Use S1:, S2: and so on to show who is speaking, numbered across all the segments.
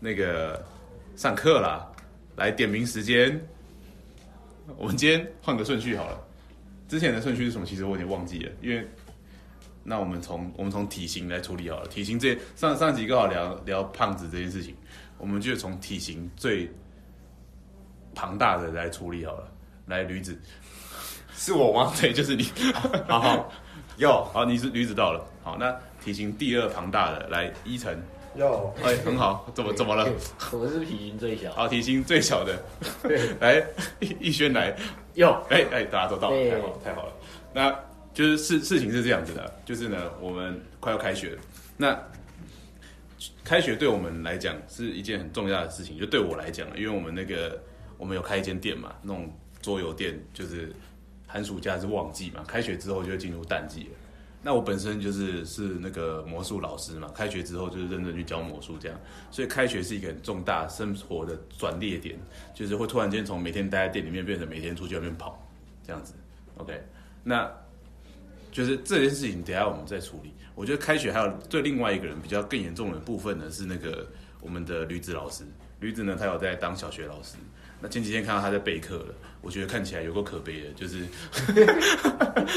S1: 那个上课啦，来点名时间。我们今天换个顺序好了，之前的顺序是什么？其实我有点忘记了，因为那我们从 我们从体型来处理好了。体型这上上集刚好聊聊胖子这件事情，我们就从体型最庞大的来处理好了。来，驴子，
S2: 是我吗？
S1: 对，就是你。
S2: 好 好，有
S1: 好，你是驴子到了。好，那体型第二庞大的来伊晨，
S3: 要
S1: 哎、很好，怎么怎么了？
S4: 我们是体型最小，
S1: 好，体型最小的 来逸轩来，
S4: 哟，
S1: 哎、哎、大家都到了，
S4: 对
S1: 太好了太好了。那就是事事情是这样子的，就是呢，我们快要开学了，那开学对我们来讲是一件很重要的事情，就对我来讲，因为我们那个我们有开一间店嘛，那种桌游店，就是寒暑假是旺季嘛，开学之后就会进入淡季了。那我本身就是是那个魔术老师嘛，开学之后就是认真去教魔术这样，所以开学是一个很重大生活的转捩点，就是会突然间从每天待在店里面变成每天出去外面跑这样子。OK，那就是这件事情，等一下我们再处理。我觉得开学还有对另外一个人比较更严重的部分呢，是那个我们的驴子老师。驴子呢，他有在当小学老师。那前几天看到他在备课了，我觉得看起来有够可悲的，就是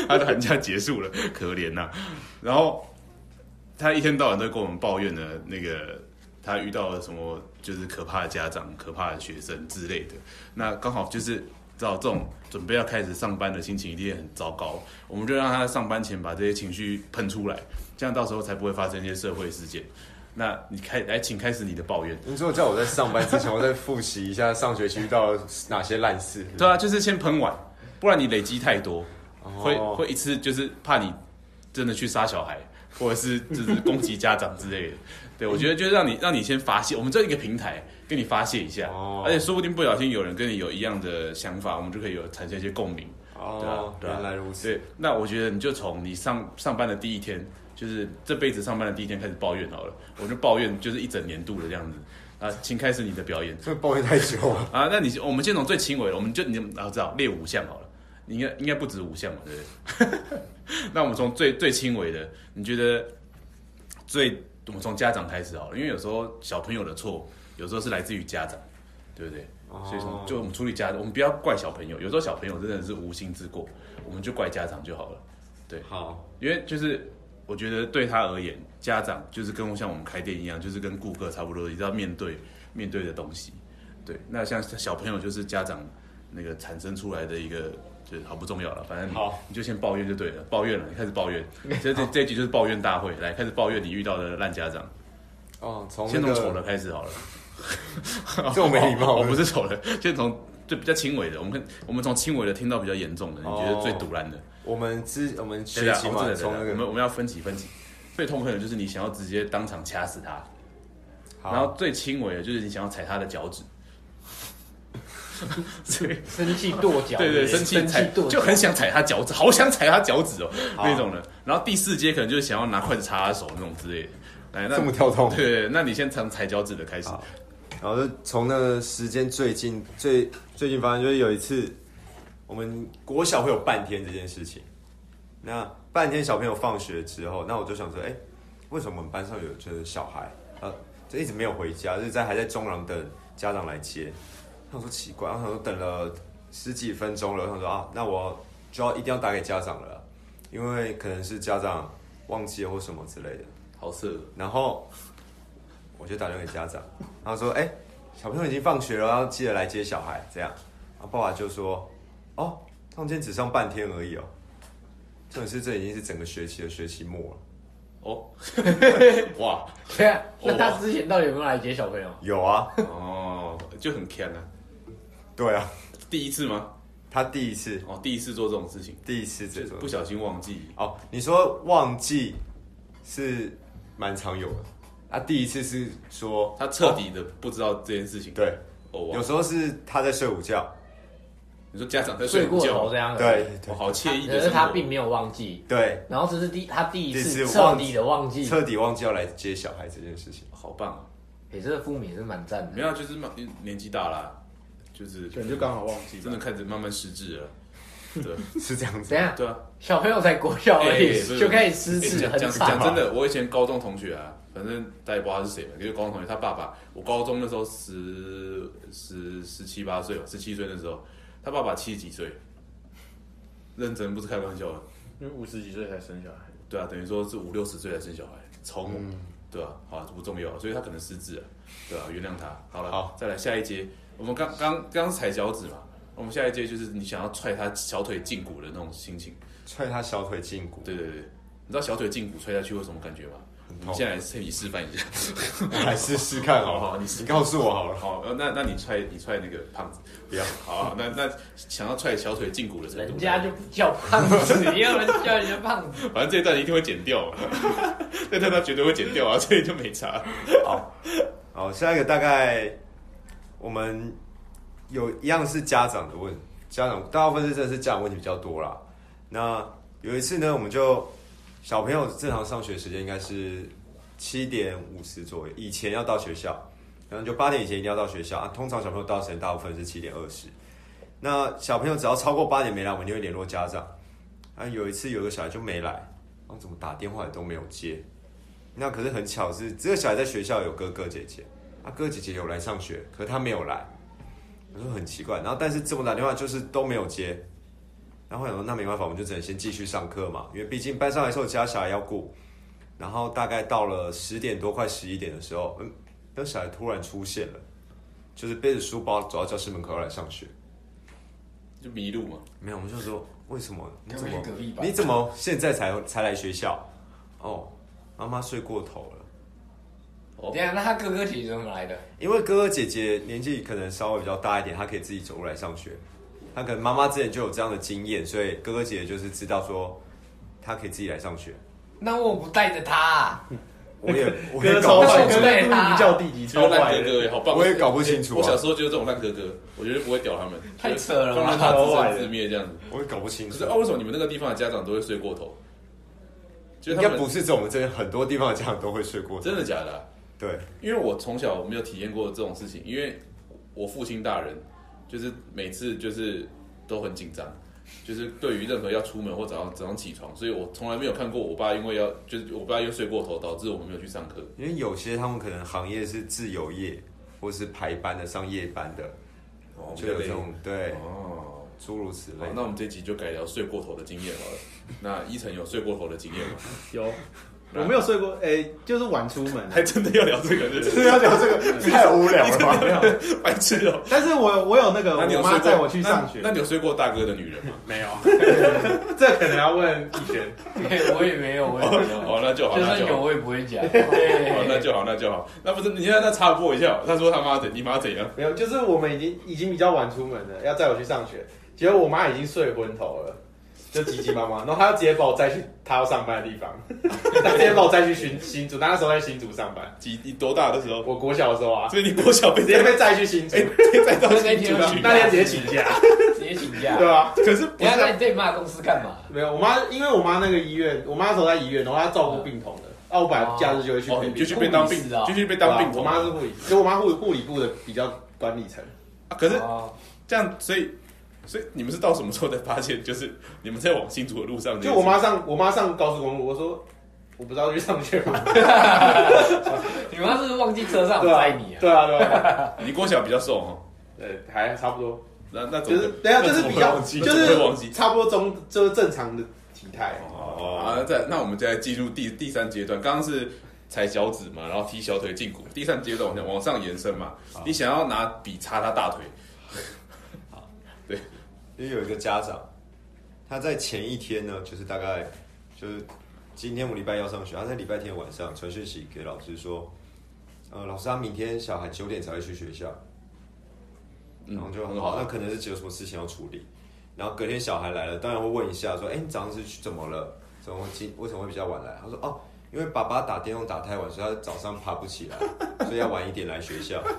S1: 他的寒假结束了，可怜呐、然后他一天到晚都跟我们抱怨呢，那个他遇到了什么就是可怕的家长、可怕的学生之类的。那刚好就是知道这种准备要开始上班的心情一定很糟糕，我们就让他上班前把这些情绪喷出来，这样到时候才不会发生一些社会事件。那你开来，请开始你的抱怨。
S2: 你说叫我在上班之前，我再复习一下上学期遇到哪些烂事。
S1: 对啊，就是先喷完，不然你累积太多，会
S2: 哦
S1: 会一次就是怕你真的去杀小孩，或者是就是攻击家长之类的。对，我觉得就是让你让你先发泄，我们这一个平台跟你发泄一下，
S2: 哦
S1: 而且说不定不小心有人跟你有一样的想法，我们就可以有产生一些共鸣。
S2: 哦，
S1: 对啊
S2: 原来如此。
S1: 对，那我觉得你就从你上上班的第一天，就是这辈子上班的第一天开始抱怨好了，我就抱怨就是一整年度的这样子。啊，请开始你的表演。
S2: 这抱怨太久了，
S1: 啊，那你我们先从最轻微的，我们就你啊，知道列五项好了，你应该应该不止五项吧，对不对？ 那我们从最最轻微的，你觉得最我们从家长开始好了，因为有时候小朋友的错，有时候是来自于家长，对不对？
S2: 哦
S1: 所以从就我们处理家，我们不要怪小朋友，有时候小朋友真的是无心之过，我们就怪家长就好了。
S2: 好，
S1: 因为就是我觉得对他而言，家长就是跟像我们开店一样，就是跟顾客差不多，一定要面对面对的东西。对，那像小朋友就是家长那个产生出来的一个，就是好不重要了，反正你
S2: 好
S1: 你就先抱怨就对了，抱怨了，你开始抱怨，这这这一集就是抱怨大会，来开始抱怨你遇到的烂家长，
S2: 哦，从
S1: 先从
S2: 那个
S1: 丑的开始好了。 哦
S2: 这种没礼貌
S1: 我不是丑的，先从就比较轻微的，我们看我们从轻微的听到比较严重的，你觉得最毒烂的？
S2: 我们之我们
S1: 对
S2: 哦学
S1: 啊，
S2: 期
S1: 我
S2: 嘛，
S1: 们
S2: 从那
S1: 我们
S2: 个
S1: 我们要分级分级。最痛恨的就是你想要直接当场掐死他，然后
S2: 好，
S1: 最轻微的就是你想要踩他的脚趾， 所以
S4: 生气跺脚，
S1: 对对，生气踩
S4: 跺脚，
S1: 就很想踩他脚趾，好想踩他脚趾哦
S2: 好
S1: 那种的。然后第四阶可能就是想要拿筷子插他手那种之类的。来，那
S2: 这么跳痛，
S1: 对对，对那你先从踩脚趾的开始。
S2: 好然后就从那个时间最近最最近发生，就是有一次我们国小会有半天这件事情。那半天小朋友放学之后，那我就想说，哎、为什么我们班上有就是小孩，呃，就一直没有回家，就是在还在中廊等家长来接。那我说奇怪，然后想说等了十几分钟了，我想说啊，那我就要一定要打给家长了，因为可能是家长忘记了或什么之类的。
S1: 好色，哦
S2: 然后我就打电话给家长，然后说：“哎、小朋友已经放学了，要记得来接小孩。”这样，然后爸爸就说：“哦，他们今天只上半天而已哦。”重点是这已经是整个学期的学期末了。
S1: 哦，哇，
S4: 对啊。那他之前到底有没有来接小朋友？
S2: 有啊，
S1: 哦，就很强啊。
S2: 对啊，
S1: 第一次吗？
S2: 他第一次，
S1: 哦，第一次做这种事情，
S2: 第一次
S1: 就
S2: 这
S1: 是
S2: 种
S1: 不小心忘记。
S2: 哦，你说忘记是蛮常有的，啊，第一次是说
S1: 他彻底的不知道这件事情。
S2: 对，
S1: 哦，哇
S2: 有时候是他在睡午觉，
S1: 你说家长在
S4: 睡
S1: 午
S4: 过头
S1: 觉
S4: 这，样子，
S2: 对
S1: 我好惬 意
S4: 可
S1: 的
S4: 是
S1: 生
S4: 他并
S1: 活。
S4: 没有忘记，
S2: 对，
S4: 然后只是第他第一
S2: 第一
S4: 次
S2: 次
S4: 彻
S2: 忘记
S4: 底的忘记，
S2: 彻底忘记要来接小孩这件事情。
S1: 好棒啊！
S4: 哎，这个父母也是蛮赞
S1: 没
S4: 的。
S1: 有，啊就是慢年纪大啦，就是
S3: 可能就刚好忘记
S1: 真
S3: 了
S1: 的。开始慢慢失智了。对
S2: 是这样子
S4: 怎。样？
S1: 对啊，
S4: 小朋友才国小而
S1: 哎
S4: 已
S1: 是
S4: 就开始失
S1: 欸
S4: 智，
S1: 讲
S4: 很
S1: 讲
S4: 惨
S1: 讲。真的，我以前高中同学啊，反正大家也不知道他是谁嘛，就是高中同学，他爸爸，我高中那时候十十十七八岁吧，十七岁那时候，他爸爸七十几岁，认真不是开玩笑的，
S3: 因为五十几岁才生小孩，
S1: 对啊，等于说是五六十岁才生小孩，超猛，对啊，好，这不重要，所以他可能失智了，对啊，原谅他，好了，
S2: 好，
S1: 再来下一阶，我们刚刚刚踩脚趾嘛，我们下一阶就是你想要踹他小腿胫骨的那种心情，
S2: 踹他小腿胫骨，
S1: 对对对，你知道小腿胫骨踹下去会有什么感觉吗？
S2: 很
S1: 我
S2: 痛
S1: 们，现在来自己示范一下。
S2: 还试试看好不
S1: 好好
S2: 好？
S1: 你
S2: 你
S1: 试
S2: 你告诉我好了，
S1: 好，呃那那你踹你踹那个胖子，
S2: 不要，
S1: 好，那那想要踹小腿胫骨的程度，
S4: 人家就不叫胖子，你要人叫人家胖 子，
S1: 反正这一段一定会剪掉嘛， 这一段他绝对会剪掉啊，所以就没差。
S2: 好，下一个大概我们有一样是家长的问，家长大部分是真的是家长问题比较多啦。那有一次呢，我们就小朋友正常上学时间应该是七点五十左右，以前要到学校，然后就八点以前一定要到学校啊。通常小朋友到的时间大部分是七点二十。那小朋友只要超过八点没来，我们就会联络家长。啊，有一次有个小孩就没来，然后怎么打电话也都没有接，那可是很巧是，这个小孩在学校有哥哥姐姐，啊哥哥姐姐有来上学，可是他没有来，我说很奇怪。然后但是这么打电话就是都没有接，然后我想说那没办法，我们就只能先继续上课嘛，因为毕竟班上还是有其他小孩要顾。然后大概到了十点多快十一点的时候，嗯，那小孩突然出现了，就是背着书包走到教室门口要来上学。
S1: 就迷路嘛，
S2: 没有，我们就说为什么？你
S4: 根
S2: 怎
S4: 本
S2: 么
S4: 就隔壁班
S2: 你怎么现在才才来学校？哦，妈妈睡过头了。
S1: 哦
S4: 等一下，那他哥哥姐姐怎么来的？
S2: 因为哥哥姐姐年纪可能稍微比较大一点，他可以自己走路来上学。他可能妈妈之前就有这样的经验，所以哥哥姐姐就是知道说他可以自己来上学。
S4: 那我不带着他啊、
S2: 我也我
S3: 哥
S2: 也
S3: 超
S2: 搞不
S3: 坏，
S2: 清
S3: 哥
S2: 楚，
S1: 哦
S3: 哥名叫弟弟，
S1: 超
S3: 超
S1: 烂
S3: 坏
S1: 哥哥耶，
S3: 的，
S1: 好棒！欸
S2: 我也搞不清楚啊
S1: 我小时候就是这种烂哥哥，我绝对不会屌他们，
S4: 太扯了吧
S1: 放任他自生自灭这样子。
S2: 我也搞不清
S1: 可
S2: 楚
S1: 是。啊，为什么你们那个地方的家长都会睡过头？就
S2: 应
S1: 是他
S2: 该
S1: 们
S2: 不是在我们这边很多地方的家长都会睡过头。
S1: 真的假的啊、
S2: 对，
S1: 因为我从小没有体验过这种事情，因为我父亲大人就是每次就是都很紧张，就是对于任何要出门或早上早上起床，所以我从来没有看过我爸因为要就是我爸因为睡过头导致我们没有去上课。
S2: 因为有些他们可能行业是自由业，或是排班的、上夜班的，
S1: 哦
S2: 就有这种对
S1: 哦，
S2: 诸如此
S1: 好
S2: 类，。
S1: 那我们这集就改聊睡过头的经验好了。那一晨有睡过头的经验吗？
S3: 有。我没有睡过，哎、就是晚出门， 啊
S1: 还真的要聊这个，就是
S2: 是要聊这个太无聊了吧？
S1: 白痴哦、
S3: 但是我我有那个
S1: 那你有
S3: 我
S1: 睡过
S3: 妈载我去上学
S1: 那？，那你有睡过大哥的女人吗？
S3: 没有，这可能要问逸轩。
S4: 对，我也没有，我也没有。
S1: 哦，那就好，
S4: 就
S1: 那
S4: 算
S1: 就好
S4: 有，。我也不会讲。对
S1: 哦，那就好，那就好。那不是你现在再插播一下，他说他妈怎，你妈怎样？
S3: 没有，就是我们已经已经比较晚出门了，要载我去上学，结果我妈已经睡昏头了，就急急忙忙，然后她要直接把我载去她要上班的地方， 她直接把我载去新新竹，她那时候在新竹上班，
S1: 几你多大的时候？
S3: 我国小的时候啊，
S1: 所以你国小被
S3: 直接
S1: 这
S3: 被载去新竹，
S1: 被载到新竹
S4: 那
S1: 去，
S3: 那天直接请假，
S4: 直接请假。
S1: 啊
S3: 对啊吧、
S1: 可是不
S4: 等一下，那
S1: 是
S4: 你对骂公司干嘛？
S3: 没有，我妈因为我妈那个医院，我妈那时候在医院，然后她照顾病童的，啊，我本来假日就会去
S1: 哦，
S3: 陪
S1: 你就
S3: 病
S1: 去
S3: 童，
S1: 被当病
S4: 护理师，啊
S1: 就去被当病
S3: 对
S1: 童。
S3: 啊我妈是护理，就我妈护护理部的比较管理层，
S1: 啊可是
S4: 哦
S1: 这样，所以所以你们是到什么时候才发现，就是你们在往新竹的路上？
S3: 就我妈上我妈上高速公路，我说我不知道去上学吗？
S4: 你妈是不是忘记车上
S3: 对啊
S4: 载你啊？
S3: 对啊，对啊，
S1: 你国小比较瘦哦，
S3: 呃，还差不多，
S1: 那那怎
S3: 就
S1: 么
S3: 是等一下
S1: 那
S3: 就
S1: 怎
S3: 是
S1: 么
S3: 比
S1: 会
S3: 较
S1: 忘记
S3: 就
S1: 那怎么会忘
S3: 是
S1: 记。
S3: 差不多中就是正常的体态，
S1: 哦，好那再那我们再进入第第三阶段，刚刚是踩脚趾嘛，然后踢小腿胫骨，第三阶段我想往上延伸嘛，你想要拿笔插他大腿，
S2: 因为有一个家长，他在前一天呢，就是大概就是今天我礼拜要上学，他在礼拜天晚上传讯息给老师说，呃，老师他明天小孩九点才会去学校，
S1: 嗯
S2: 然后就
S1: 很
S2: 很
S1: 好
S2: 好，那可能是有什么事情要处理，然后隔天小孩来了，当然会问一下说，哎、你早上是去怎么了？怎么会今为什么会比较晚来？他说哦，因为爸爸打电动打太晚，所以他早上爬不起来，所以要晚一点来学 校。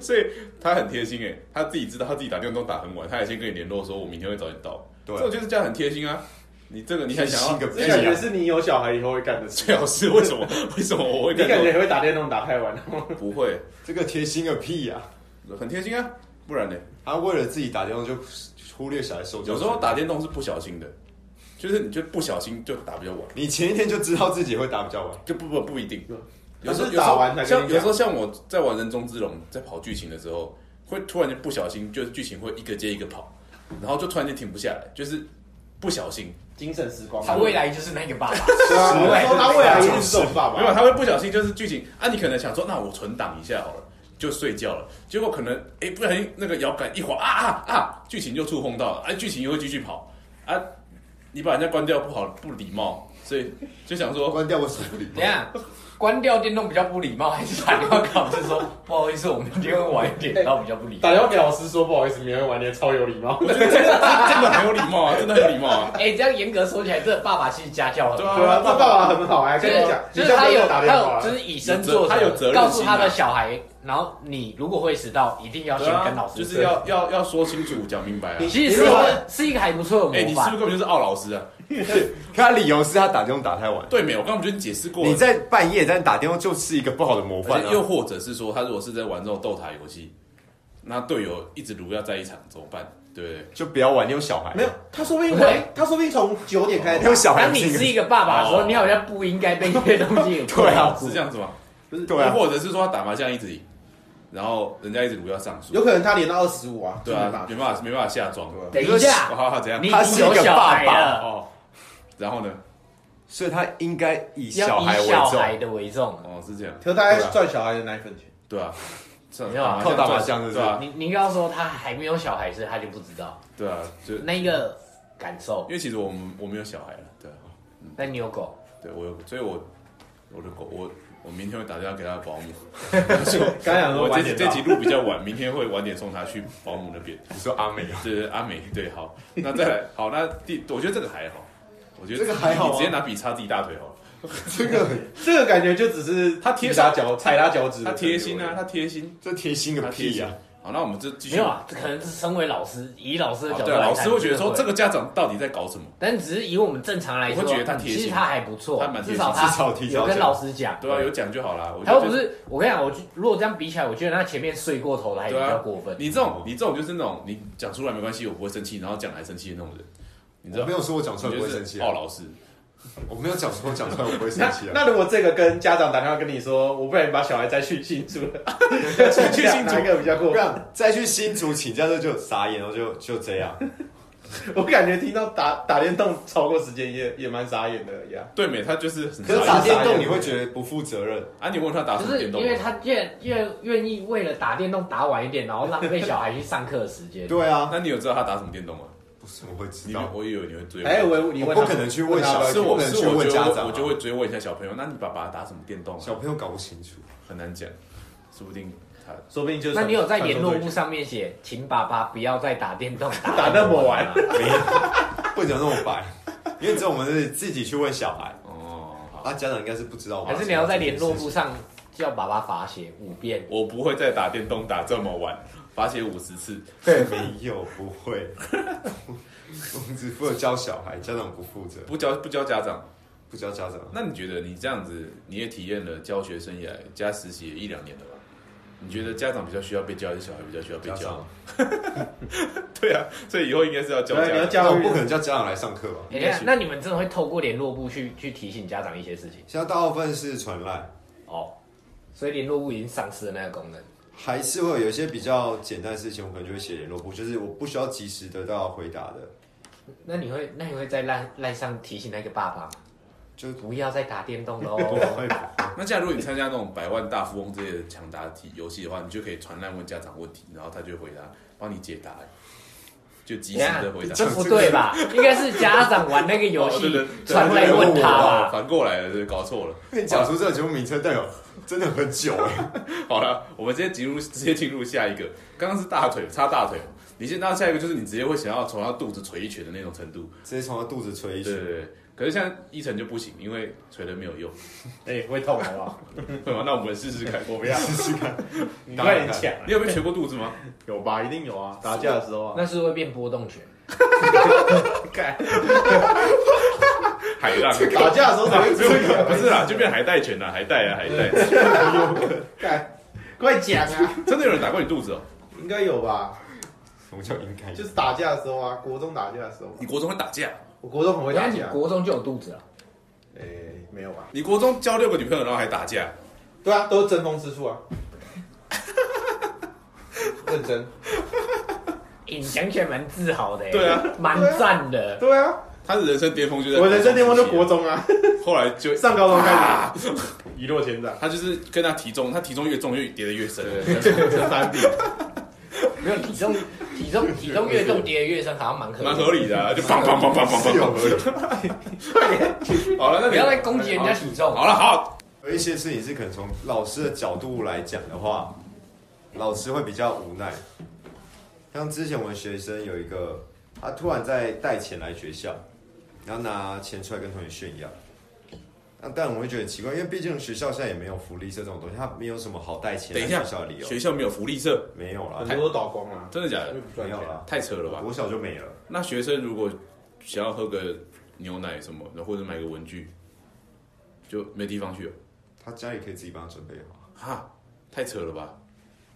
S1: 所以他很贴心哎、他自己知道他自己打电动打很晚，他还先跟你联络说，我明天会早点到。
S2: 对
S1: 这种就是这样很贴心啊。你这个你还想要
S2: 贴心个
S3: 这感觉是啊你有小孩以后会干的事。
S1: 最好是为什么？ 为什么我会
S3: 你
S1: 感
S3: 感觉
S1: 觉
S3: 也会打电动打太晚，
S1: 不会
S2: 这个贴心个屁呀、
S1: 很贴心啊？不然呢？
S2: 他为了自己打电动就忽略小孩受教。
S1: 有时候打电动是不小心的，就是你就不小心就打比较晚，
S2: 你前一天就知道自己会打比较晚，
S1: 就不不不一定
S3: 嗯。
S1: 有时候有
S3: 他是
S1: 时
S3: 打
S1: 候
S3: 完才跟
S1: 像有
S3: 你讲
S1: 时候像我在玩人中之龙，在跑剧情的时候，会突然间不小心，就是剧情会一个接一个跑，然后就突然间停不下来，就是不小心，
S3: 精神时光。
S4: 他未来就是那个爸 爸，
S3: 对啊，我说他未来一定是这种爸
S1: 没有
S3: 爸。
S1: 他会不小心就是剧情啊，你可能想说那我存档一下好了，就睡觉了，结果可能哎、不小心那个摇杆一滑啊啊啊，剧情就触碰到了，啊剧情又会继续跑啊，你把人家关掉不好不礼貌，所以就想说
S2: 关掉我手不理。
S4: 等一下关掉电动比较不礼貌，还是打电话给老师说不好意思，我们今天会晚一点，然后比较不礼貌
S3: 打。电话给老师说不好意思，明天晚点，超有礼貌。
S1: 真的很有礼貌啊，真的很有礼貌啊。
S4: 哎，这样严格说起来，这爸爸其实家教很
S1: 对
S4: 好。
S3: 对啊，这爸爸很好哎，
S4: 就
S3: 跟
S4: 是
S3: 你
S1: 啊
S3: 讲，
S4: 就
S3: 你
S4: 是
S3: 下
S4: 他
S3: 次
S4: 有
S3: 再打
S4: 他
S3: 电话
S4: 有
S3: 了
S4: 就是以身作则，
S1: 他啊有责任心啊
S4: 告诉他的小孩，然后你如果会迟到，一定要先
S1: 对啊
S4: 跟老师
S1: 就
S4: 说。
S1: 是要要要说清楚，讲明白啊。
S4: 你其实是一个是一个还不错
S1: 哎、
S4: 的
S1: 你
S4: 模
S1: 是不是
S4: 范
S1: 根。本就是奥老师啊？
S2: 可他理由是他打电话打太晚，
S1: 对没？我刚刚不就解释过
S2: 你
S1: 了。
S2: 在半夜在打电话就是一个不好的模
S1: 而
S2: 范
S1: 且
S2: 啊。
S1: 又或者是说，他如果是在玩这种斗塔游戏，那队友一直如要在一场怎么办？对不对？
S2: 就不要玩，你有小孩
S3: 没有？他说不定
S4: 对
S3: 他说不定从九点开
S2: 你
S3: 始
S2: 有小孩
S4: 当你是一个爸爸的时候，
S1: 哦
S4: 你好像不应该被这些东 西
S2: 对啊
S1: 是这样子吗？
S2: 对啊，
S1: 或者是说他打麻将一直赢，然后人家一直如要上
S3: 打，
S1: 诉，
S3: 有可能他连到二十五啊，
S1: 对
S3: 真的
S1: 啊
S3: 吧，
S1: 没办法，没办法下庄。
S3: 对啊
S4: 等一下，
S1: 哈哈，怎样
S4: 你？
S2: 他是一
S4: 有
S2: 个
S4: 小孩
S2: 爸爸
S4: 了，
S1: 哦，然后呢？
S2: 所以他应该以小
S4: 要
S2: 孩
S4: 以
S2: 为
S4: 小孩
S2: 重。
S4: 的为重。啊
S1: 哦，是这样，
S3: 可是大家赚小孩的奶粉钱，
S1: 对啊，是
S4: 没有啊
S2: 靠打麻将是不是
S1: 对啊，
S4: 你你要说他还没有小孩时，他就不知道
S1: 对啊，就因
S4: 那一个感受。
S1: 为其实我们我没有小孩了，对啊，
S4: 那你有狗，
S1: 对我有，所以我我的狗，我我明天会打电话给他的保姆。
S3: 刚想说
S1: 我
S3: 晚
S1: 这
S3: 点
S1: 这
S3: 到
S1: 集录比较晚，明天会晚点送他去保姆那边。
S2: 你说阿美啊？
S1: 就是阿美，对，好，那再来， 好，那第，我觉得这个还好，我觉得
S2: 这个还好啊
S1: 你直接拿笔插自己大腿好了。
S2: 这个
S3: 这个感觉就只是
S1: 他贴
S3: 挤他脚踩他脚趾，
S1: 他贴心啊，，他贴心，
S2: 这贴心个
S1: 他贴
S2: 屁
S1: 心
S2: 呀！！
S1: 好，那我们就继续。
S4: 没有啊？这可能是身为老师，以老师的
S1: 好
S4: 角度
S1: 对啊，
S4: 来
S1: 老
S4: 看，
S1: 师会觉得说这
S4: 个，
S1: 个家长到底在搞什么？
S4: 但只是以我们正常来
S1: 我
S4: 说，
S1: 会觉得他贴心
S4: 其实他还不错
S1: 他蛮，贴心
S4: 至少
S2: 至
S4: 他
S2: 少提早
S4: 有跟
S2: 讲
S4: 老师讲。
S1: 对啊，有讲就好啦。我觉
S4: 他
S1: 得
S4: 又不是，我跟你讲，我就如果这样比起来，我觉得他前面睡过头的还比
S1: 对啊
S4: 较过分。
S1: 你这种，你这种就是那种你讲出来没关系，我不会生气，然后讲来生气的那种人，你知
S2: 我
S1: 道
S2: 没？有说我讲出
S1: 你
S2: 来不
S1: 就
S2: 会
S1: 是
S2: 生气啊
S1: 哦，，老师，
S2: 我没有讲说我讲出来我不会生
S3: 那
S2: 气啊。
S3: 那如果这个跟家长打电话跟你说，我不然把小孩再去新 竹了，
S1: 去新 竹
S3: 哪一个比较过
S2: 不
S3: 分？
S2: 然再去新竹请假的时候就傻眼，然后就就 这样。
S3: 我感觉听到打打电动超过时间也也蛮傻眼的呀。
S1: 对没？他就是很
S2: 可是
S1: 傻
S2: 打
S1: 眼
S2: 电动你会觉得不负责任，
S1: 啊，你问他打什
S4: 就
S1: 么
S4: 是
S1: 电动
S4: 因
S1: 吗？
S4: 为他愿愿愿意为了打电动打晚一点，然后浪费小孩去上课的时间。
S2: 对啊，
S1: 那你有知道他打什么电动吗？
S2: 不是我会知
S1: 你
S2: 道。
S1: 我以为你会追问。
S3: 哎、我你
S2: 我
S3: 问
S2: 不
S3: 他
S2: 可能去问
S3: 他
S2: 小
S3: 吧
S2: 孩
S1: 是我
S2: 不能
S1: 是
S2: 去
S1: 我
S2: 问
S1: 就
S2: 家
S1: 会
S2: 长啊
S1: 我就会追问一下小朋友，那你爸爸打什么电动、啊？
S2: 小朋友搞不清楚，
S1: 很难讲，说不定他
S3: 说不定就是
S4: 那你有在
S3: 传
S4: 联络
S3: 传说
S4: 簿上面写，请爸爸不要再 打电动，
S3: 打那么晚
S4: 了。
S2: 不讲那么白，因为只有我们是自己去问小孩，
S1: 哦，好，
S2: 啊，家长应该是不知道吧。
S4: 还是你要在联络簿上叫爸爸罚写五遍？
S1: 我不会再打电动打这么晚，罚写五十次。
S2: 对，没有，不会。我们只负责教小孩，家长不负责，
S1: 不教不教家长，
S2: 不教家长。
S1: 那你觉得你这样子，你也体验了教学生涯加实习也一两年了吧？你觉得家长比较需要被教，还是小孩比较需要被
S2: 家
S1: 教
S2: 长？，
S1: 对啊，所以以后应该是要教
S3: 对啊
S1: 家
S3: 你要
S1: 长。
S3: 教
S2: 那我不可能叫家长来上课吧？
S4: 哎、
S1: 应该是
S4: 那你们真的会透过联络簿去去提醒家长一些事情
S2: 现在大部分是传赖，
S4: 哦。所以联络簿已经丧失了那个功能。
S2: 还是会有一些比较简单的事情，我可能就会写联络簿，就是我不需要及时得到回答的，
S4: 那你会那你会在赖赖上提醒那个爸爸吗？
S2: 就
S4: 不要再打 电动喽。
S2: 不会。
S1: 那这样，如果你参加那种百万大富翁之类的抢答题游戏的话，你就可以传烂问家长问题，然后他就回答，帮你解答，就及时的回答。
S4: 这不对吧？应该是家长玩那个游
S1: 哦对
S4: 戏
S1: 对对
S4: 传来问他
S1: 哦，
S4: 吧。
S1: 反过来了，对，搞错了。
S2: 跟你讲出这个节目名称，但有真的很久哎，
S1: 好了，我们直接进入直接进入下一个。刚刚是大腿插大腿，你先到下一个就是你直接会想要从他肚子捶一拳的那种程度。
S2: 直接从他肚子吹一
S1: 对对
S2: 拳。
S1: 对。可是像伊晨就不行，因为捶了没有用，
S3: 哎、会痛好不 好？
S1: 会吗？那我们试试看。
S3: 我不要，你
S2: 当
S3: 快
S2: 然
S3: 点抢啊！
S1: 你有被捶过肚子 吗？
S3: 有吧？一定有啊！打架的时候啊，
S4: 那是会变波动拳。
S3: 干
S1: 海浪，
S3: 打架的时候才会
S1: 不用
S3: 这个，
S1: 不是啦，就变海带拳啦，海带啊，海 带。
S3: 干，快讲啊！
S1: 真的有人打过你肚子哦？
S3: 应该有吧？
S2: 什么叫应该？
S3: 就是打架的时候啊，国中打架的时候，
S1: 你国中会打架？
S3: 我国中很会
S4: 原
S3: 打
S4: 来你
S3: 架。
S4: 国中就有肚子了，
S3: 哎、没有吧？
S1: 你国中交六个女朋友，然后还打架，
S3: 对啊，都是争风吃醋啊。 认真。
S4: 欸你想起来蛮自豪的、欸，
S1: 对啊，
S4: 蛮赞的。
S3: 对啊，
S1: 他的人生巅峰就在
S3: 我人生巅峰就
S1: 时期
S3: 国中啊，
S1: 后来就
S3: 上高中开始一落千 丈。
S1: 他就是跟他体重，他体重越重越跌得越深。
S3: 这三比，
S4: 没有体重，体重体重越重跌得越深，好像蛮合
S1: 蛮
S4: 理
S1: 合
S4: 的。
S1: 理的、啊，就棒棒棒棒棒棒。好了，那
S4: 不
S1: 你
S4: 要再攻击人家体重。
S1: 好了，好，
S2: 有一些事情是可能从老师的角度来讲的话，老师会比较无奈。像之前我们学生有一个，他突然在带钱来学校，然后拿钱出来跟同学炫耀。那但我会觉得很奇怪，因为毕竟学校现在也没有福利社这种东西，他没有什么好带钱
S1: 等
S2: 来
S1: 一下
S2: 学校的理，由，
S1: 学校没有福利社，
S2: 没有啦
S3: 很，多都倒光了，
S1: 真的假
S3: 因
S1: 的
S3: 为？不
S2: 没
S3: 赚
S2: 有
S3: 钱。
S2: 啦，
S1: 太扯了吧！
S2: 我小就没了。
S1: 那学生如果想要喝个牛奶什么，的，或者买个文具，就没地方去了。
S2: 他家里可以自己帮他准备好，
S1: 哈，太扯了吧！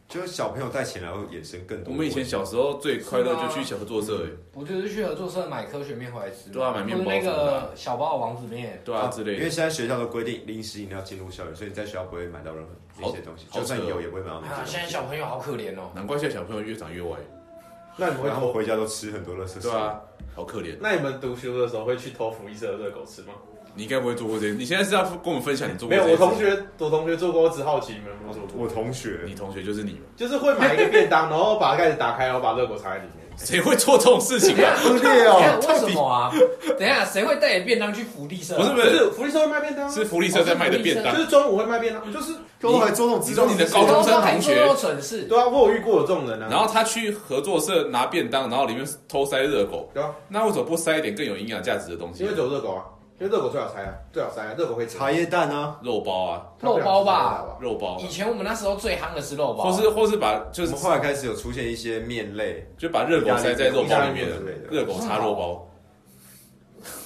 S2: 就是小朋友带钱来会衍生更多的问题。
S1: 我们以前小时候最快乐就去合作社，哎
S4: 我就是去合作社买科学面回来吃嘛，
S1: 对啊买面包
S4: 或者那
S1: 什么的
S4: 个小包的王子面，
S1: 对啊之类
S2: 因为
S1: 的。
S2: 现在学校都规定零食饮料进入校园，所以你在学校不会买到任何那些东西，
S1: 好
S2: 就算
S1: 好扯哦
S2: 有也不会买到那些
S4: 啊
S2: 东，西。
S4: 现在小朋友好可怜哦。
S1: 难怪现在小朋友越长越歪，
S3: 那你们会
S2: 然后
S3: 偷？
S2: 回家都吃很多垃圾食
S1: 对
S2: 物
S1: 啊，好可怜。
S3: 那你们读书的时候会去偷福利社的热狗吃吗？
S1: 你应该不会做过这些，你现在是要跟我们分享你做
S3: 没
S1: 过
S3: 有，我
S1: 这件
S3: 同
S1: 事？
S3: 学，我同学做过，我只好奇你们有没有做过。
S2: 我同学
S1: 你同学就是你嘛，
S3: 就是会买一个便当，然后把盖子打开，然后把热狗藏在里面。
S1: 谁会做这种事情啊？
S2: 不对
S4: 等一下为什么啊？等一下，谁会带着便当去福利社啊？
S1: 不是不
S3: 不
S1: 是，
S3: 是福利社会卖便当啊，
S1: 是福利社在卖的便当
S3: 就。是中午会卖便当，就是
S2: 高中还做那种
S1: 你
S2: 自
S1: 说
S2: 动
S1: 你的高中生同学
S4: 高中还做过蠢事，
S3: 对啊，我有遇过有这种人啊。
S1: 然后他去合作社拿便当，然后里面偷塞热狗，
S3: 对啊，
S1: 那为什么不塞一点更有营养价值的东西
S3: 因为？只有热狗啊，因为热狗最好拆啊，最好拆啊，热狗可以
S2: 茶
S3: 拆。
S2: 叶蛋啊，
S1: 肉包啊，
S4: 肉包吧
S1: 肉包啊，
S4: 以前我们那时候最夯的是肉包，
S1: 或是或是把就
S2: 我
S1: 是
S2: 们后来开始有出现一些面类，
S1: 就把热狗塞在肉
S3: 意
S1: 包
S3: 大
S1: 里
S3: 利
S1: 面
S3: 面
S1: 的
S3: 之类的
S1: 热狗插肉包，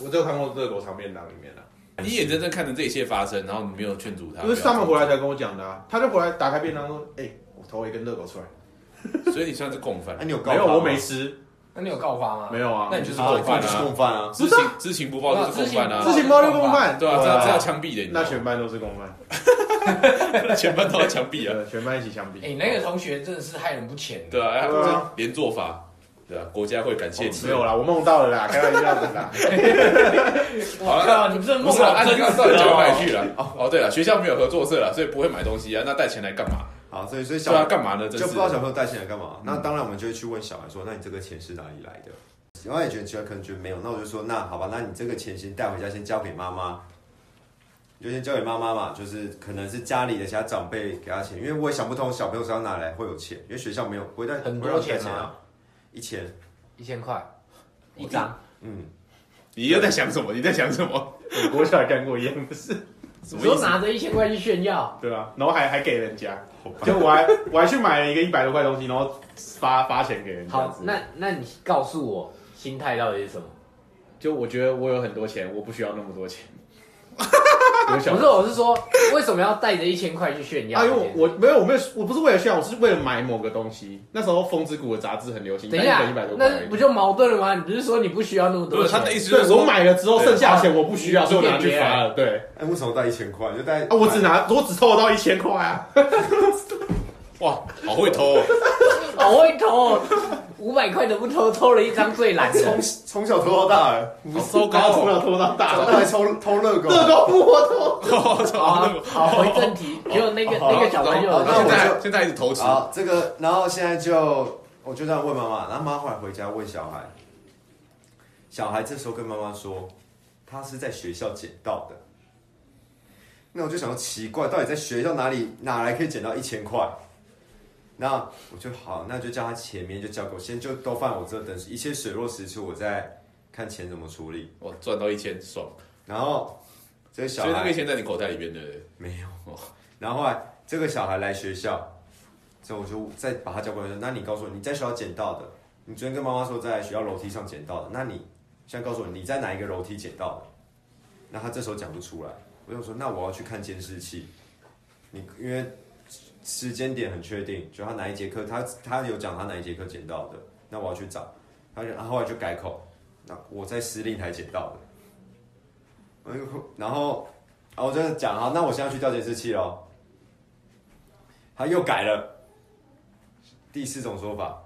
S3: 我只有看过热狗藏便当里面的、
S1: 你眼睁睁看着这一切发生，然后你没有劝阻他，
S3: 不是他们回来才跟我讲的啊。他就回来打开便当说：“哎、我投一根热狗出来。
S1: 所以你算是共犯
S2: 那、，啊哎你有告
S3: 没
S2: 发
S3: 有，
S2: 吗
S3: 我没吃，
S4: 那你有告发吗？
S3: 没有啊。
S4: 那你就是
S2: 啊，
S1: 共犯啊
S2: 你就是共犯啊，
S1: 知情知情不报就是共犯
S4: 那
S1: 啊
S4: 知，
S3: 自己猫六公饭，
S1: 对啊，这样这样枪毙的，你
S3: 那
S1: 知道
S3: 全班都是公饭，
S1: 吗全班都要枪毙啊，
S3: 对，全班一起枪
S4: 哎、
S3: 毙。
S4: 那个同学真的是害人不浅。
S1: 对啊，
S3: 对啊哦
S1: 这连坐法，对啊，国家会感谢你
S3: 没。有啦，我梦到了啦， 开玩笑的啦。
S4: 我靠，你这
S1: 不
S4: 梦
S1: 是啊，
S4: 到
S1: 这
S4: 真
S1: 个
S4: 的
S1: 社 交买去了。哦，对了，学校没有合作社了，所以不会买东西啊。那带钱来干嘛？
S2: 好，所以所以小
S1: 对啊，干嘛呢？真
S2: 就是不知道小朋友带钱来干嘛。那当然，我们就会去问小孩说：“那你这个钱是哪里来的？”小孩也觉得奇怪，可能觉得没有。那我就说：“那好吧，那你这个钱先带回家，先交给妈妈。”你就先交给妈妈嘛，就是可能是家里的其他长辈给他钱，因为我也想不通小朋友身上哪来会有钱，因为学校没有不会带
S4: 很多
S2: 不会让你带
S4: 钱啊
S2: 啊，一千，
S4: 一千块一张，
S2: 嗯，
S1: 你又在想什么？你在想什么？
S3: 啊我国小也干过一样的事，
S1: 什
S4: 你
S1: 么意
S4: 说
S1: 思？
S4: 拿着一千块去炫耀，
S3: 对啊，然后还还给人家，就我还我还去买了一个一百多块东西，然后发发钱给人家
S4: 好
S3: 之，类的。
S4: 那那你告诉我心态到底是什么？
S3: 就我觉得我有很多钱，我不需要那么多 钱。我小
S4: 不是，我是说为什么要带着一千块去炫耀
S3: 啊，
S4: 这
S3: 因
S4: 件
S3: 为
S4: 事？
S3: 我我没有我没有我不是为了炫耀，我是为了买某个东西。那时候《风之谷》的杂志很流行，
S4: 等一
S3: 但
S4: 下
S3: 本一百多，块而
S4: 那
S3: 已。
S4: 不就矛盾了吗？你不是说你不需要那么
S1: 不
S4: 多
S1: 是
S4: 钱？
S1: 他的意思就
S3: 对
S1: 是
S3: 我
S1: 说，
S3: 买了之后
S1: 对
S3: 剩下的钱我不需要，
S4: 你
S3: 所以我拿
S4: 你
S3: 去
S4: 给别人
S3: 发了。对，
S2: 哎、为什么带一千块？你就带
S3: 啊，我只拿我只凑得到一千块啊。
S1: 哇，好会偷哦！
S4: 好会偷哦，五百块的不偷，偷了一张最蓝的
S2: 从。从小偷到大，
S1: 好糟糕
S3: 从小
S1: 哦！
S3: 偷到大
S2: 长，大还偷偷乐狗，
S3: 乐高不活偷。
S1: 我操
S4: 好
S1: 那个
S4: 好，回正题，结果那个那个小朋友
S2: 好
S1: 然后现
S2: 那我
S1: 在
S2: 就
S1: 现在一直偷吃，
S2: 好，这个，然后现在就我就这样问妈妈，然后妈妈后来回家问小孩，小孩这时候跟妈妈说，他是在学校捡到的。那我就想说奇怪，到底在学校哪里哪来可以捡到一千块？那我就好，那就叫他前面就交给我，先就都放我这，等一切水落石出，我再看钱怎么处理。
S1: 我赚到一千，爽！
S2: 然后这个小
S1: 所以那个
S2: 孩
S1: 一千在你口袋里面，对不对？
S2: 没有。然后后来这个小孩来学校，之后我就再把他叫过来说：“那你告诉我你在学校捡到的，你昨天跟妈妈说在学校楼梯上捡到的，那你现在告诉我你在哪一个楼梯捡到的？”那他这时候讲不出来，我就说：“那我要去看监视器。你”因为时间点很确定，就他哪一节课，他他有讲他哪一节课捡到的，那我要去找。他就然后后来就改口，那我在司令台捡到的。哎呦然后，然后我就讲好，那我现在去调监视器喽。他又改了，第四种说法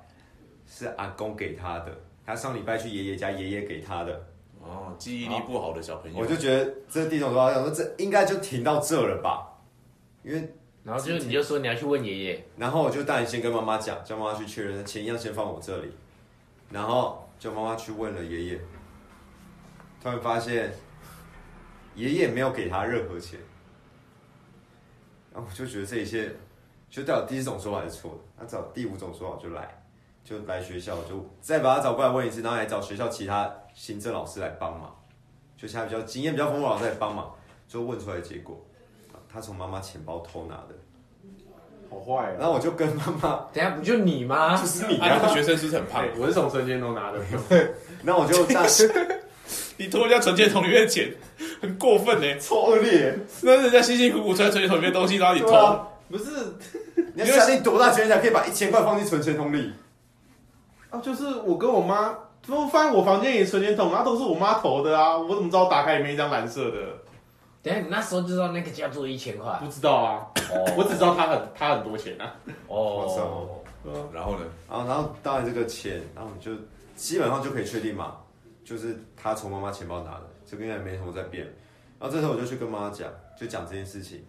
S2: 是阿公给他的，他上礼拜去爷爷家，爷爷给他的。
S1: 哦，记忆力不好的小朋友，
S2: 我就觉得这第一种说法，我想说这应该就停到这了吧，因为
S5: 然后就你就说你要去问爷爷，
S2: 然后我就当然先跟妈妈讲，叫妈妈去确认，钱一样先放我这里，然后叫妈妈去问了爷爷，突然发现爷爷没有给他任何钱，然后我就觉得这一切，就代表第一种说法是错的，那找第五种说法就来，就来学校就再把他找过来问一次，然后来找学校其他行政老师来帮忙，就其他比较经验比较丰富的老师来帮忙，最后问出来的结果，他从妈妈钱包偷拿的，
S3: 好坏
S2: 然
S3: 啊！
S2: 后我就跟妈妈。
S4: 等一下不就你吗？
S2: 就是你
S1: 啊，那个
S2: 啊！
S1: 学生是不是很胖
S3: 哎？我是从孙坚东拿 的，
S2: 那我就大
S1: 你偷人家存钱筒里面的钱，很过分呢。
S2: 错恶劣，
S1: 那人家辛辛苦苦存存钱筒里面的东西，然后你
S3: 对
S1: 偷，
S3: 啊，不是
S2: 你要相信多大权力才可以把一千块放进存钱筒里？
S3: 啊，就是我跟我妈都放我房间里存钱筒，那都是我妈投的啊，我怎么知道打开里面一张蓝色的？
S5: 等一下你那时候就知道那个叫做一千块
S3: 不知道啊，我只知道他很他很多钱啊。
S5: 哦，
S1: 然后呢？
S2: 然后，然后当然这个钱，然后我们就基本上就可以确定嘛，就是他从妈妈钱包拿的，这个应该没什么在变。然后这时候我就去跟妈妈讲，就讲这件事情。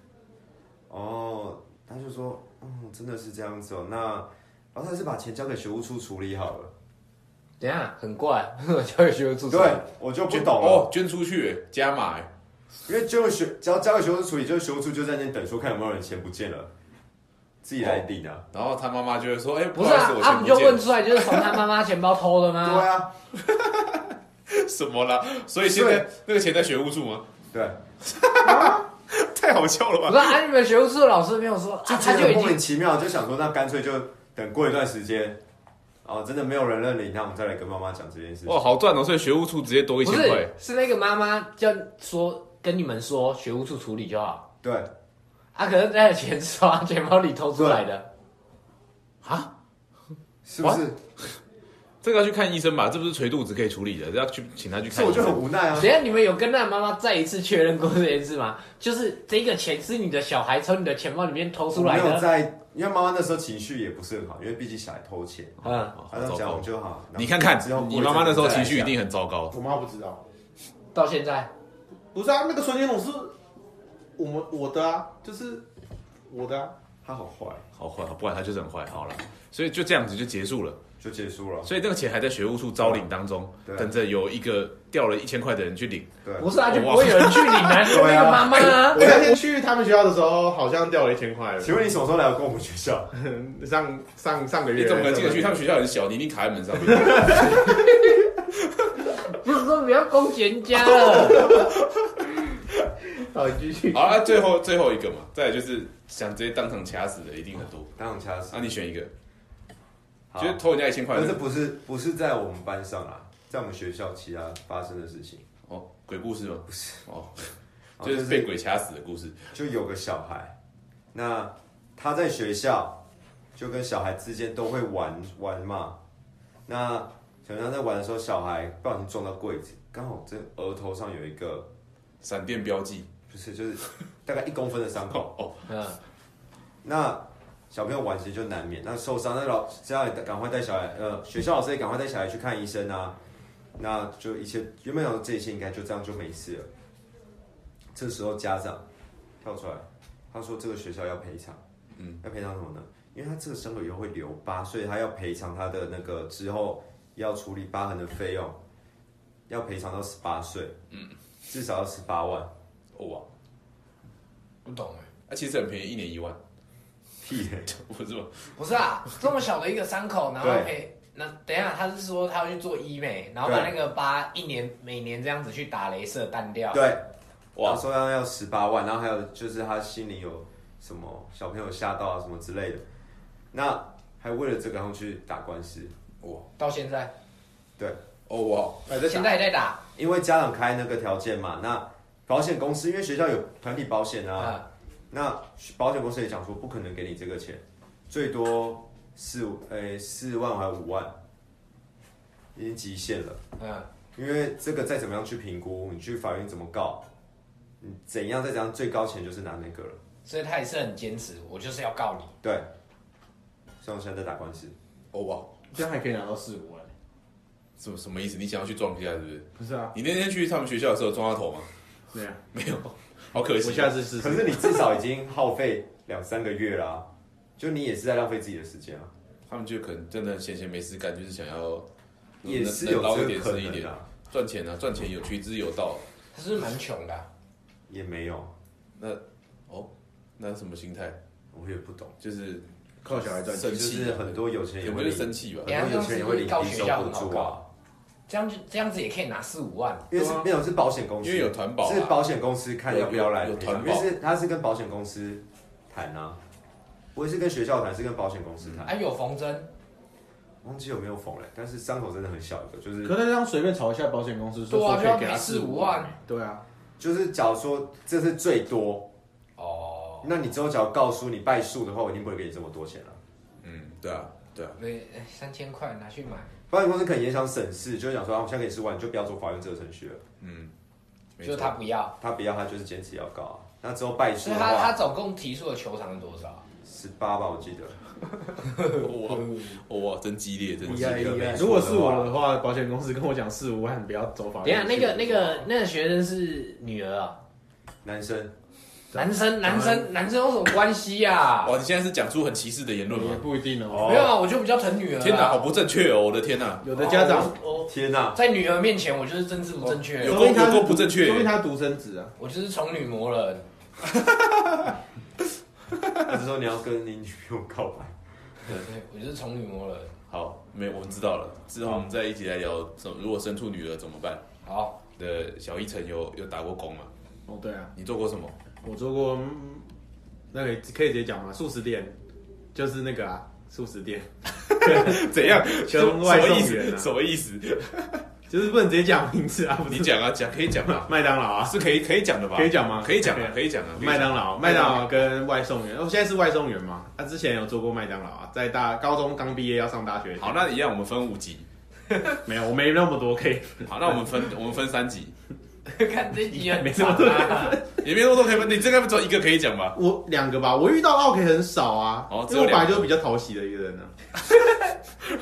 S2: 哦，他就说，嗯，真的是这样子哦，那然后他还是把钱交给学务处处理好了。
S5: 等一下很怪， 我教育学会做什
S2: 对
S5: 么？，
S2: 我就不
S1: 捐
S2: 懂了，
S1: 哦，捐出去加码欸，
S2: 因为就学只要交给学务处处理，就是学务处就在那边等，说看有没有人钱不见了，自己来领啊。
S1: 然后他妈妈就会说：“哎，
S5: 不
S1: 好
S5: 是
S1: 意思
S5: 啊，
S1: 我
S5: 他
S1: 钱
S5: 不
S1: 不
S5: 就
S1: 见
S5: 问
S1: 了
S5: 出来就是从他妈妈钱包偷的
S2: 对
S5: 吗？
S2: 啊，
S1: 什么啦？”所以现在那个钱在学务处吗？
S2: 对，
S1: 太好笑了
S5: 不
S1: 吧！
S5: 是啊，你们学务处的老师没有说，啊
S2: 就
S5: 他
S2: 觉
S5: 就
S2: 得
S5: 已
S2: 莫名
S5: 经
S2: 其妙，就想说那干脆就等过一段时间，哦，真的没有人认领，那我们再来跟妈妈讲这件事情。
S1: 哦，好赚哦！所以学务处直接多一
S5: 不
S1: 千
S5: 是
S1: 块，
S5: 是那个妈妈叫说跟你们说学务处处理就好，
S2: 对，
S5: 啊，可是那个钱是从他钱包里偷出来的，
S1: 啊！
S2: 是不是？
S1: 这个要去看医生吧，这不是捶肚子可以处理的，要去请他去
S2: 所
S1: 看
S2: 以我
S1: 医
S2: 就很
S1: 生。哦
S2: 无奈啊
S5: 等一。下你们有跟那个妈妈再一次确认过这件事吗？就是这个钱是你的小孩从你的钱包里面偷
S2: 我
S5: 出
S2: 没
S5: 来
S2: 有
S5: 的，
S2: 在，因为妈妈那时候情绪也不是很好，因为毕竟小孩偷钱，
S5: 嗯，
S1: 哦好
S2: 她这样
S1: 糟
S2: 讲我
S1: 糕！
S2: 就好。
S1: 你看看
S2: 之后，
S1: 你妈妈那时候情绪一
S2: 定。
S1: 定很糟糕。
S3: 我妈不知道，
S5: 到现在
S3: 不是啊，那个存钱筒是我们我的啊，就是我的啊。
S2: 她好坏，
S1: 好坏，不管他就是很坏。好了，所以就这样子就结束了。
S2: 就结束了。
S1: 所以那个钱还在学务处招领当中，
S2: 对
S1: 等着有一个掉了一千块的人去领。
S2: 对，
S5: 不是啊，就不会有人去领啊，就是那个妈妈啊
S3: 我，那天去他们学校的时候，好像掉了一千块。
S2: 请问你什么时候来过我们学校？
S3: 上上上个月
S1: 你怎么可能进得去？他们学校很小，你一定卡在门上 面。
S5: 不是说不要攻击人家
S2: 哦
S5: 了，
S3: 到底继续？
S1: 好啊，最后最后一个嘛，再来就是想直接当场掐死的一定很多。
S2: 当场掐死
S1: 啊那、。你选一个，
S2: 好
S1: 就是偷人家一千块
S2: 可
S1: 的
S2: 是不是不是在我们班上啊，在我们学校其他发生的事情，
S1: 哦，鬼故事吗？不是哦，
S2: 哦
S1: 就是被鬼掐死的故事。
S2: 就有个小孩，那他在学校就跟小孩之间都会玩玩嘛。那小强在玩的时候，小孩不小心撞到柜子，刚好这额头上有一个，
S1: 闪电标记
S2: 不是就是大概一公分的伤口。
S1: 哦哦，
S5: 嗯，
S2: 那小朋友玩其实就难免，那受伤，那老家里赶快带小孩，呃，学校老师也赶快带小孩去看医生啊。那就一切原本想说这一切应该就这样就没事了。这时候家长跳出来，他说这个学校要赔偿，嗯，要赔偿什么呢？因为他这个伤口以后会留疤，所以他要赔偿他的那个之后要处理疤痕的费用，要赔偿到十八岁，嗯，至少要十八万，
S1: 哦哇，
S4: 不懂哎。
S1: 啊，其实很便宜，一年一万，
S2: 屁、欸！
S1: 不是吗？
S4: 不是啊，这么小的一个伤口，然后
S2: 对
S4: 哎，那等一下，他是说他要去做医美，然后
S2: 对
S4: 把那个疤一年每年这样子去打镭射淡掉。
S2: 对，
S1: 哇
S2: 哇，说要要十八万，然后还有就是他心里有什么小朋友吓到啊什么之类的，那还为了这个然后去打官司，
S1: 哇
S4: 到现在，
S1: 哦哇，
S3: 还在
S4: 现
S3: 想
S4: 哎在也在打
S2: 因为家长开那个条件嘛，那保险公司因为学校有团体保险啊，
S4: 啊，
S2: 那保险公司也讲说不可能给你这个钱，最多四五诶四万还五万，已经极限了。
S4: 嗯，
S2: 因为这个再怎么样去评估，你去法院怎么告，你怎样再怎样，最高钱就是拿那个了。
S4: 所以他也是很坚持，我就是要告你。
S2: 对，所以我现在在打官司，
S1: 哦哇，
S5: 这样还可以拿到四五万。
S1: 什么什么意思？你想要去撞一下是不是？
S3: 不是啊，
S1: 你那天去他们学校的时候撞到头吗？
S3: 对啊，
S1: 没有，好可惜。
S3: 我下次试
S2: 可
S3: 试。
S2: 是你至少已经耗费两三个月啦、就你也是在浪费自己的时间啊，
S1: 他们就可能真的闲闲没事干，就是想要
S2: 也
S1: 能
S2: 是
S1: 能
S2: 有
S1: 捞一
S2: 这个
S1: 点
S2: 可
S1: 是一
S2: 能
S1: 点
S2: 的、，啊，
S1: 赚钱啊，赚钱有取之有道。
S4: 他是不是蛮穷的啊、
S2: 也没有，
S1: 哦，那什么心态？
S2: 我也不懂，
S1: 就是
S3: 靠小孩赚钱，
S1: 生
S2: 就
S1: 气啊
S2: 是很多有钱人
S1: 也
S2: 也
S1: 不
S2: 会
S1: 是啊
S2: 领，
S1: 生气吧
S2: 很？
S4: 哎
S2: 多有钱人也会领
S4: 高
S2: 低
S4: 学
S2: 收
S4: 校
S2: 补
S4: 很好
S2: 助啊，
S4: 这样就这样子也可以拿四五万。
S2: 因为是
S1: 对啊
S2: 那种是保险公司，
S1: 因为有团保啊
S2: 是保险公司看要不要来
S1: 有有
S2: 赔偿
S1: 团
S2: 因
S1: 保
S2: 为是他是跟保险公司谈啊，我也是跟学校谈，是跟保险公司谈，
S1: 嗯
S4: 哎、有缝针，
S2: 忘记有没有缝嘞，但是伤口真的很小一个，就是
S3: 可他这样随便吵一下保险公司，说
S4: 对啊
S3: 说可以给他
S4: 就要赔
S3: 四
S4: 四
S3: 五
S4: 五
S3: 万
S4: 万。
S3: 对啊，
S2: 就是假如说这是最多，
S4: 哦，
S2: 那你之后只要告诉你败诉的话，我一定不会给你这么多钱了。
S1: 嗯，对啊，对啊，
S4: 对，哎三千块拿去买，
S2: 保险公司可能也想省事，就是想说，啊，我现在给你四万，你就不要走法院这个程序了。
S1: 嗯，没
S4: 就是
S1: 错
S4: 他不要，
S2: 他不要，他就是坚持要告啊。那之后败诉
S4: 所以
S2: 的
S4: 他他
S2: 话，
S4: 总共提出的球场是多少？
S2: 十八吧，我记得。
S1: 哇
S3: 嗯
S1: 哇，真激烈，真激
S2: 一
S1: 烈
S2: 样。一样
S3: 如果是我的话，保险公司跟我讲四五万，不要走法
S5: 等一
S3: 院
S5: 下，
S3: 去。
S5: 那个那个那个学生是女儿啊，
S2: 男生
S5: 男
S4: 生男生男生有什么关系呀、啊？
S1: 哇，你现在是讲出很歧视的言论
S3: 也
S1: 吗？
S3: 不一定
S2: 哦
S3: 哦。
S4: 没有啊，我就比较疼女儿、啊。
S1: 天哪，好不正确哦！我的天哪，
S3: 有的家长，哦
S4: 哦我
S2: 天哪、
S4: 我在女儿面前，我就是政治不正确，
S1: 有
S3: 说不定他
S1: 有
S3: 是
S1: 够不正确
S3: 说不定他独生子啊。
S4: 我就是宠女魔人。
S2: 他是说你要跟你女朋友告白，
S4: 对，我就是宠女魔人。
S1: 好，没有，我们知道了。之后我们再一起来聊，什么如果生出女儿怎么办？
S4: 好，
S1: 的小一晨有有打过工吗？
S3: 哦，对啊，
S1: 你做过什 么？
S3: 我做过，嗯那个可以直接讲吗？素食店，就是那个啊，素食店，
S1: 怎样？
S3: 全
S1: 什
S3: 外
S1: 么
S3: 送
S1: 意
S3: 员啊
S1: 思？什么意思？
S3: 就是不能直接讲名字啊，不
S1: 你
S3: 是
S1: 讲啊，讲可以讲啊，
S3: 麦当劳啊，
S1: 是可以可以讲的吧？
S3: 可以讲吗
S1: 可以讲
S3: 可以啊
S1: 啊，可以讲啊。
S3: 麦当劳，麦
S1: 麦
S3: 当
S1: 当
S3: 劳跟外送员，我、哦现在是外送员嘛？他、之前有做过麦当劳啊，在大高中刚毕业要上大学，
S1: 好，那一样，我们分五集。
S3: 没有，我没那么多可以，
S1: 好，那我们分我们分三集，
S4: 看这集很
S3: 没这
S4: 长
S3: 么多
S4: 啊。
S1: 也没有多可以分。你这个只有一个可以讲吧？
S3: 我两个吧，我遇到 OK 很少啊，
S1: 哦
S3: 因为我
S1: 只有两个
S3: 本来就是比较讨喜的一个人呢、啊，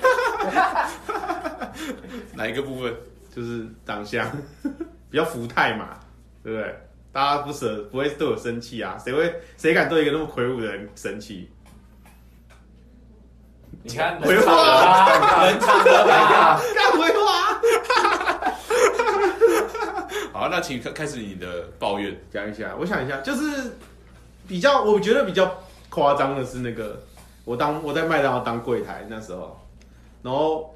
S1: 哪一个部分？
S3: 就是长相 比较福态嘛，对不对？大家不舍不会对我生气啊，谁会谁敢对一个那么魁梧的人生气？
S4: 你看，
S3: 回
S4: 人场
S3: 话
S4: 合啊，人场合啊，
S3: 干回话，
S1: 好，那请开开始你的抱怨。
S3: 讲一下，我想一下，就是比较，我觉得比较夸张的是那个，我当我在麦当劳当柜台那时候，然后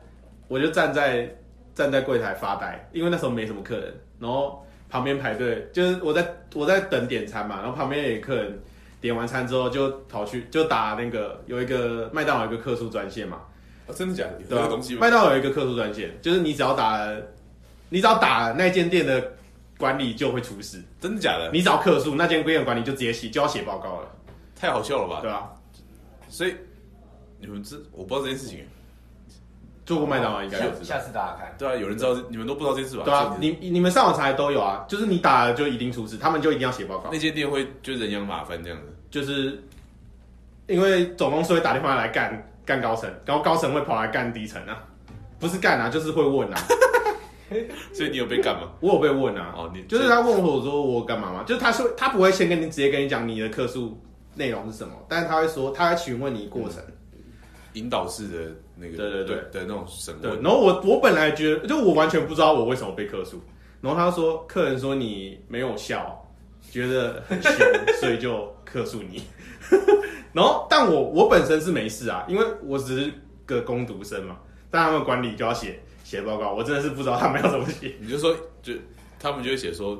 S3: 我就站在站在柜台发呆，因为那时候没什么客人，然后旁边排队就是我在我在等点餐嘛，然后旁边有一个客人点完餐之后就跑去就打那个有一个麦当劳有一个客诉专线嘛，
S1: 哦真的假的？有这
S3: 对
S1: 个
S3: 啊
S1: 东西，吗？
S3: 麦当劳有一个客诉专线，就是你只要打你只要打那间店的管理就会出事。
S1: 真的假的？
S3: 你找客诉，那间规管管理就直接写，就要写报告了，
S1: 太好笑了吧？
S3: 对吧、
S1: 所以你们这我不知道这件事情。
S3: 做过麦当劳应该
S1: 哦
S3: 就知道
S4: 下下，次大家 看。
S1: 对啊，有人知道，你们都不知道这件事吧？
S3: 对啊，
S1: 甚至
S3: 你你们上网查的都有啊，就是你打了就一定出事，他们就一定要写报告
S1: 那，间店会就人仰马翻这样子。
S3: 就是因为总公司会打电话来干干高层，然后高层会跑来干低层啊，不是干啊，就是会问 啊，
S1: 所以你有被干 吗？
S3: 我有被问啊，
S1: 哦，你
S3: 就是他问我说我干嘛嘛，就是他说他不会先跟你直接跟你讲你的客诉内容是什么，但是他会说他会询问你过程。
S1: 引导式的那个，
S3: 对对对
S1: 的那种审
S3: 对，
S1: 问
S3: 然，后我我本来觉得，就我完全不知道我为什么被克诉，然后他说客人说你没有笑，觉得很凶， 所以就克诉你。 然后，但我我本身是没事啊，因为我只是个工读生嘛，但他们管理就要写写报告，我真的是不知道他们要怎么写。
S1: 你就说就他们就会写说，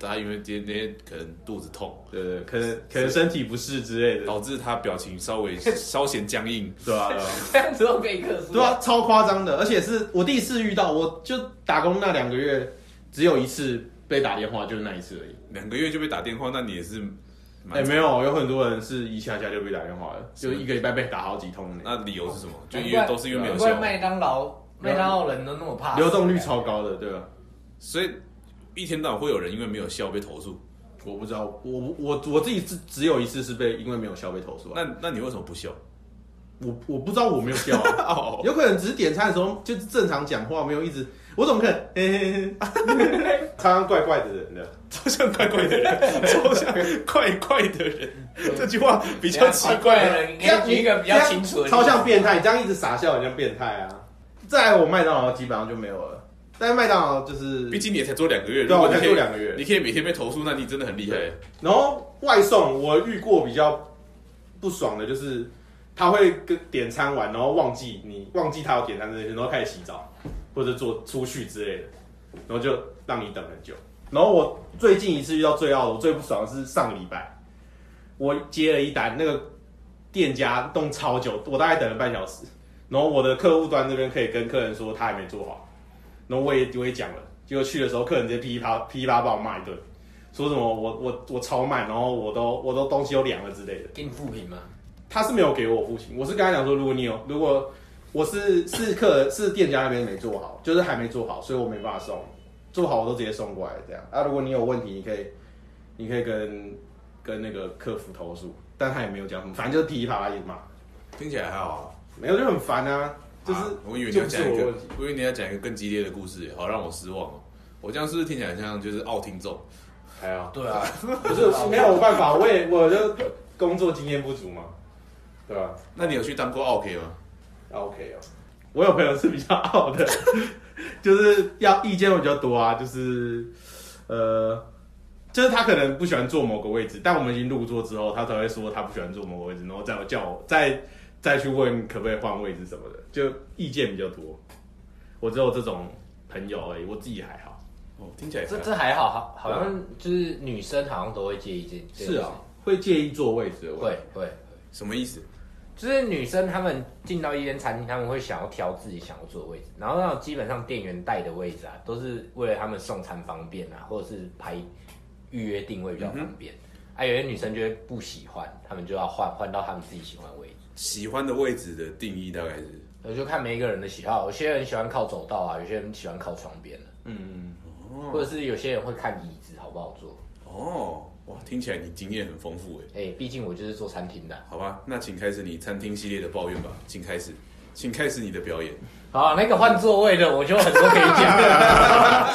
S1: 他因为今天可能肚子痛，
S3: 对对，可能可能身体不适之类的，
S1: 导致他表情稍微 稍显僵硬，
S3: 对啊吧、对吧
S4: 这样子都可以克数。
S3: 对啊，超夸张的，而且是我第一次遇到，我就打工那两个月，只有一次被打电话，就是那一次而已。
S1: 两个月就被打电话，那你也是
S3: 哎、
S1: 蛮，
S3: 没有，有很多人是一下下就被打电话了，就一个礼拜被打好几通呢，
S1: 那理由是什么？就
S4: 难
S1: 因
S4: 怪
S1: 为都是因为没有
S4: 难
S1: 效
S3: 啊
S6: 啊
S4: 怪，麦当劳麦当劳人都那么怕死，啊
S3: 流动率超高的，对吧？啊
S1: 所以一天到晚会有人因为没有笑被投诉。
S3: 我不知道，我我我自己是只有一次是被因为没有笑被投诉啊。
S1: 那那你为什么不 笑？
S3: 我我不知道我没有笑 啊， 有可能只是点餐的时候就是正常讲话，没有一直我怎么可能？嘿嘿嘿嘿常常怪怪的人的，
S1: 超像怪怪的 人，超像怪怪的人，这句话比较奇
S3: 啊
S6: 奇怪
S1: 怪。
S6: 的人，你可以举一个比较清楚的例子，
S3: 超像变态，你这样一直傻笑，很像变态啊。再来我麦当劳基本上就没有了，但是麦当劳就是
S1: 毕竟你也才做两个月，
S3: 对
S1: 如
S3: 啊，
S1: 果你
S3: 我才
S1: 可
S3: 做
S1: 以，
S3: 两个月
S1: 你，可以每天被投诉，那你真的很厉害。
S3: 然后外送我遇过比较不爽的就是他会跟点餐完，然后忘记你忘记他有点餐这件事，然后开始洗澡或者做出去之类的，然后就让你等很久。然后我最近一次遇到最傲的，我最不爽的是上个礼拜，我接了一单，那个店家弄超久，我大概等了半小时。然后我的客户端这边可以跟客人说他还没做好，然后我也我也讲了，结果去的时候客人直接噼里啪噼里啪啦把我骂一顿，说什么我我我超慢，然后我都我都东西都凉了之类的。
S6: 给你复评 吗？
S3: 他是没有给我父亲，我是跟他讲说，如果你有，如果我是是客是店家那边没做好，就是还没做好，所以我没办法送，做好我都直接送过来这样。啊，如果你有问题，你可以你可以跟跟那个客服投诉，但他也没有讲什么，反正就是噼里啪啦一直骂，
S1: 听起来还好，
S3: 没有就很烦啊，就是、
S1: 啊我以为你
S3: 就
S1: 要
S3: 不是
S1: 讲一
S3: 我的
S1: 个
S3: 问题，，
S1: 我以为你要讲一个更激烈的故事，好让我失望哦。我这样是不是听起来像就是傲听众？
S3: 还好，
S6: 对啊，
S3: 不是没有办法，我也我就工作经验不足嘛，对吧、
S1: 那你有去当过 OK 吗？
S3: 啊 OK 哦，我有朋友是比较傲的， 就是要意见会比较多啊，就是呃，就是他可能不喜欢坐某个位置，但我们已经入座之后，他才会说他不喜欢坐某个位置，然后再叫我再再去问可不可以换位置什么的，就意见比较多。我只有这种朋友而已，我自己还好。
S1: 哦，听起来
S4: 这
S1: 还好
S4: 这还好，好好像就是女生好像都会介意这。这
S3: 是
S4: 件事
S3: 啊，会介意坐位置的问
S4: 会
S3: 题。
S4: 会，
S1: 什么意思？
S4: 就是女生她们进到一间餐厅，她们会想要挑自己想要坐的位置，然后那种基本上店员带的位置啊，都是为了她们送餐方便啊，或者是排预约定
S3: 嗯
S4: 位比较方便。啊，有些女生就会不喜欢，她们就要换换到她们自己喜欢的位置。
S1: 喜欢的位置的定义大概是？
S4: 我就看每一个人的喜好，有些人喜欢靠走道啊，有些人喜欢靠窗边的、
S3: 嗯，
S4: 或者是有些人会看椅子好不好坐。
S1: 哦，哇，听起来你经验很丰富哎。
S4: 哎、毕竟我就是做餐厅的。啊
S1: 好吧，那请开始你餐厅系列的抱怨吧，请开始，请开始你的表演。
S4: 好，那个换座位的，我就很多可以讲。